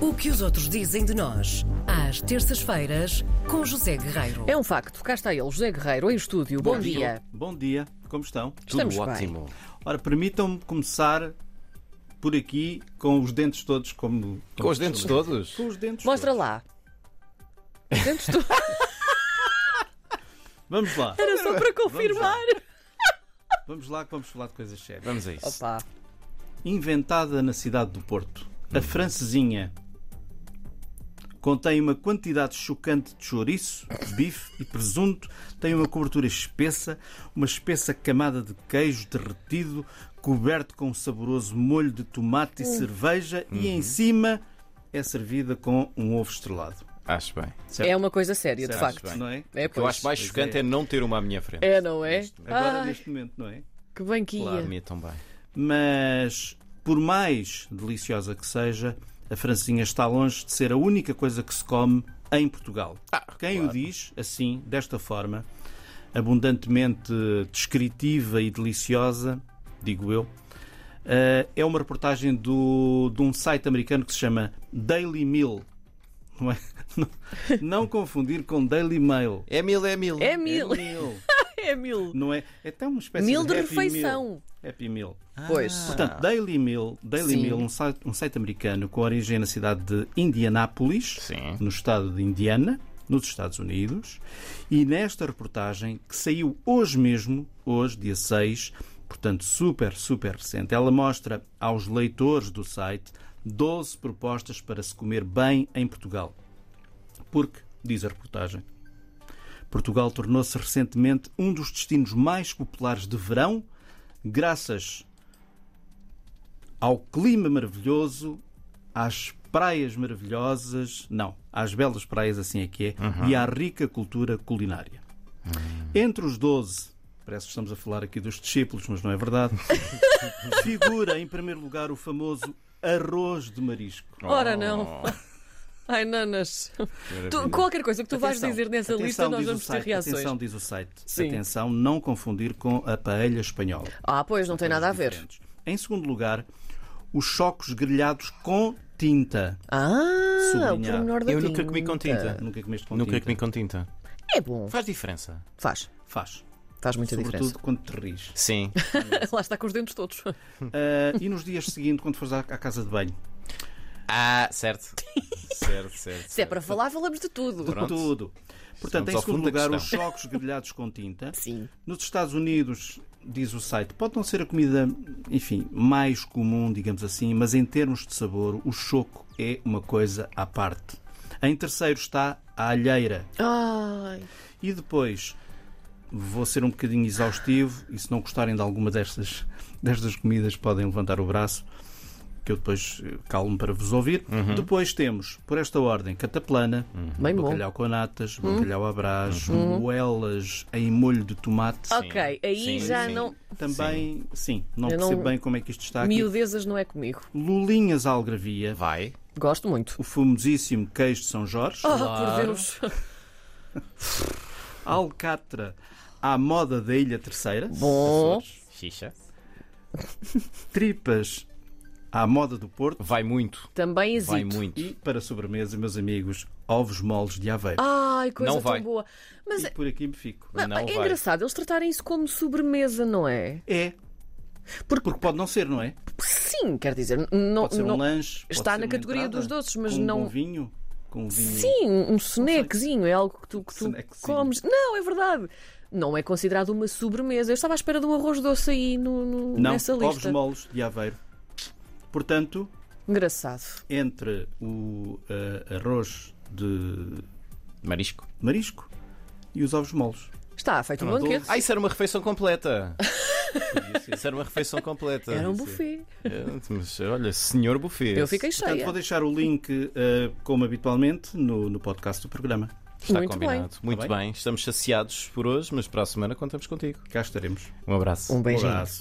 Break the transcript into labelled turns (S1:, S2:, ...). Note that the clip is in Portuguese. S1: O que os outros dizem de nós, às terças-feiras, com José Guerreiro.
S2: É um facto, cá está ele, José Guerreiro, em estúdio. Bom, dia.
S3: Bom dia, como estão?
S2: Estamos
S4: Tudo
S2: bem.
S4: ótimo.
S3: Ora, permitam-me começar por aqui com os dentes todos como.
S4: Com os dentes todos?
S3: Com os dentes
S2: Mostra
S3: todos.
S2: lá. Dentro estou
S3: Vamos lá,
S2: só para confirmar.
S3: vamos lá que vamos falar de coisas sérias.
S4: Vamos a isso.
S2: Opa,
S3: Inventada na cidade do Porto, a francesinha contém uma quantidade chocante de chouriço, bife e presunto, tem uma cobertura espessa, uma espessa camada de queijo derretido, coberto com um saboroso molho de tomate e cerveja e
S2: Uhum.
S3: em cima é servida com um ovo estrelado.
S4: Acho bem.
S2: é uma coisa séria, de
S3: Certo,
S2: facto.
S3: Não é?
S2: É,
S4: O que eu acho
S2: pois.
S4: mais
S3: pois
S4: chocante
S3: é.
S4: é não ter uma à minha frente.
S2: É, não é?
S3: Agora
S2: Ai,
S3: neste momento, não é?
S2: que bem que
S4: Claro, a
S2: ia.
S4: minha é também.
S3: mas por mais deliciosa que seja, a francinha está longe de ser a única coisa que se come em Portugal. Quem o diz assim, desta forma, abundantemente descritiva e deliciosa, digo eu, eh, é uma reportagem do, de um site americano que se chama Daily Mail. Não, é? Não- não confundir com Daily Mail.
S4: É mil, é mil.
S2: É mil,
S3: Meal.
S2: é mil.
S3: Não é? É até uma espécie
S2: Mil de
S3: Happy Meal.
S2: refeição.
S3: Happy Meal.
S2: Pois.
S3: Portanto, Daily Mail, Daily
S2: Ah. Sim.
S3: Mail um, site, um site americano com origem na cidade de Indianápolis,
S4: Sim.
S3: no estado de Indiana, nos Estados Unidos. E nesta reportagem, que saiu hoje mesmo, hoje, dia 6, portanto, super, super recente, ela mostra aos leitores do site 12 propostas para se comer bem em Portugal. Porque, diz a reportagem, Portugal tornou-se recentemente um dos destinos mais populares de verão, graças ao clima maravilhoso, às praias maravilhosas, não, às belas praias, assim é que é,
S4: Uhum.
S3: e à rica cultura culinária. Entre os 12, parece que estamos a falar aqui dos discípulos, mas não é verdade, figura em primeiro lugar o famoso arroz de marisco.
S4: Oh,
S2: Ora não. Ai, nanas. Tu- qualquer coisa que tu vais
S3: Atenção,
S2: dizer nessa
S3: atenção,
S2: lista, nós
S3: diz o
S2: vamos ter
S3: site,
S2: reações.
S3: Atenção, diz o site.
S2: Sim.
S3: Atenção, não confundir com a paella espanhola.
S2: Ah, pois, não tem nada a ver.
S3: Diferentes. Em segundo lugar, os chocos grelhados com tinta.
S2: Ah, o
S3: Sublinhar.
S2: pormenor da
S4: Eu nunca comi com tinta.
S3: Nunca comeste com
S4: É. Nunca
S3: tinta?
S4: comi com tinta.
S2: É bom.
S4: Faz diferença.
S2: Faz.
S3: Faz.
S2: Faz muita
S3: Sobretudo quando te rires.
S4: Sim.
S2: diferença. Lá está com os dentes todos.
S4: Hum.
S3: Ah, e nos dias seguintes, quando fores à, à casa de banho.
S4: Ah, certo. certo, certo.
S2: Se é para falar, falamos de tudo.
S4: Pronto.
S3: Tudo. Portanto,
S4: Estamos
S3: em
S4: ao fundo
S3: segundo
S4: da
S3: lugar, os
S4: questão.
S3: chocos grelhados com tinta.
S2: Sim.
S3: Nos Estados Unidos, diz o site, pode não ser a comida, enfim, mais comum, digamos assim, mas em termos de sabor, o choco é uma coisa à parte. Em terceiro está a alheira.
S2: Ai.
S3: E depois, vou ser um bocadinho exaustivo, e se não gostarem de alguma destas, destas comidas, podem levantar o braço, que eu depois eh, calmo para vos ouvir.
S2: Uhum.
S3: Depois temos, por esta ordem, cataplana,
S2: Bem bom.
S3: bacalhau com natas,
S2: Uhum.
S3: bacalhau à brás, moelas em molho de tomate.
S2: Ok, aí
S4: Sim,
S2: já
S4: sim.
S2: não.
S3: Também, sim, não
S2: Ah, Eu não-
S3: percebo bem como é que isto está aqui.
S2: Miudezas não é comigo.
S3: Lulinhas à algravia,
S4: Vai.
S2: Gosto muito.
S3: o famosíssimo queijo de São Jorge,
S2: Ah, por Deus.
S3: alcatra à moda da Ilha Terceira,
S2: Bom.
S3: Açores,
S4: Xixa.
S3: tripas à moda do Porto
S4: Vai muito.
S2: Também
S4: Vai
S2: hesito.
S4: muito.
S3: e, para sobremesa, meus amigos, ovos moles de aveiro.
S2: Ai, coisa
S4: Não vai.
S2: tão boa. Ah, Mas
S3: E
S2: é,
S3: por aqui me fico.
S2: mas
S4: Não
S2: é
S4: vai.
S2: engraçado eles tratarem isso como sobremesa, não é?
S3: É.
S2: Porque-
S3: Porque pode não ser, não é?
S2: Sim, quer dizer, n- não.
S3: Pode ser
S2: não-
S3: um lanche. pode
S2: está
S3: ser
S2: na
S3: uma
S2: categoria
S3: entrada,
S2: dos doces, mas
S3: com um
S2: não-
S3: bom vinho, com um vinho.
S2: Sim, um snackzinho, é algo que tu, que tu
S3: Snackzinho.
S2: comes. Não, é verdade. Não é considerado uma sobremesa. Eu estava à espera de um arroz doce aí no, no-
S3: Não,
S2: nessa
S3: ovos
S2: lista.
S3: moles de aveiro. Portanto,
S2: Engraçado.
S3: entre o eh, arroz de
S4: Marisco.
S3: marisco e os ovos moles.
S2: Está, feito um
S3: Pronto.
S2: banquete.
S4: Ah, isso era uma refeição completa. isso era uma refeição completa.
S2: Era um buffet.
S4: É, Mas olha, senhor buffet.
S2: Eu fiquei
S3: Portanto,
S2: cheia.
S3: vou deixar o link, eh, como habitualmente, no, no podcast do programa.
S4: Está
S2: Muito
S4: combinado.
S2: bem.
S4: Muito
S3: Está
S4: bem. Estamos saciados por hoje, mas para a semana contamos contigo.
S3: Cá estaremos.
S4: Um abraço.
S2: Um
S3: Um
S2: beijinho.
S3: abraço.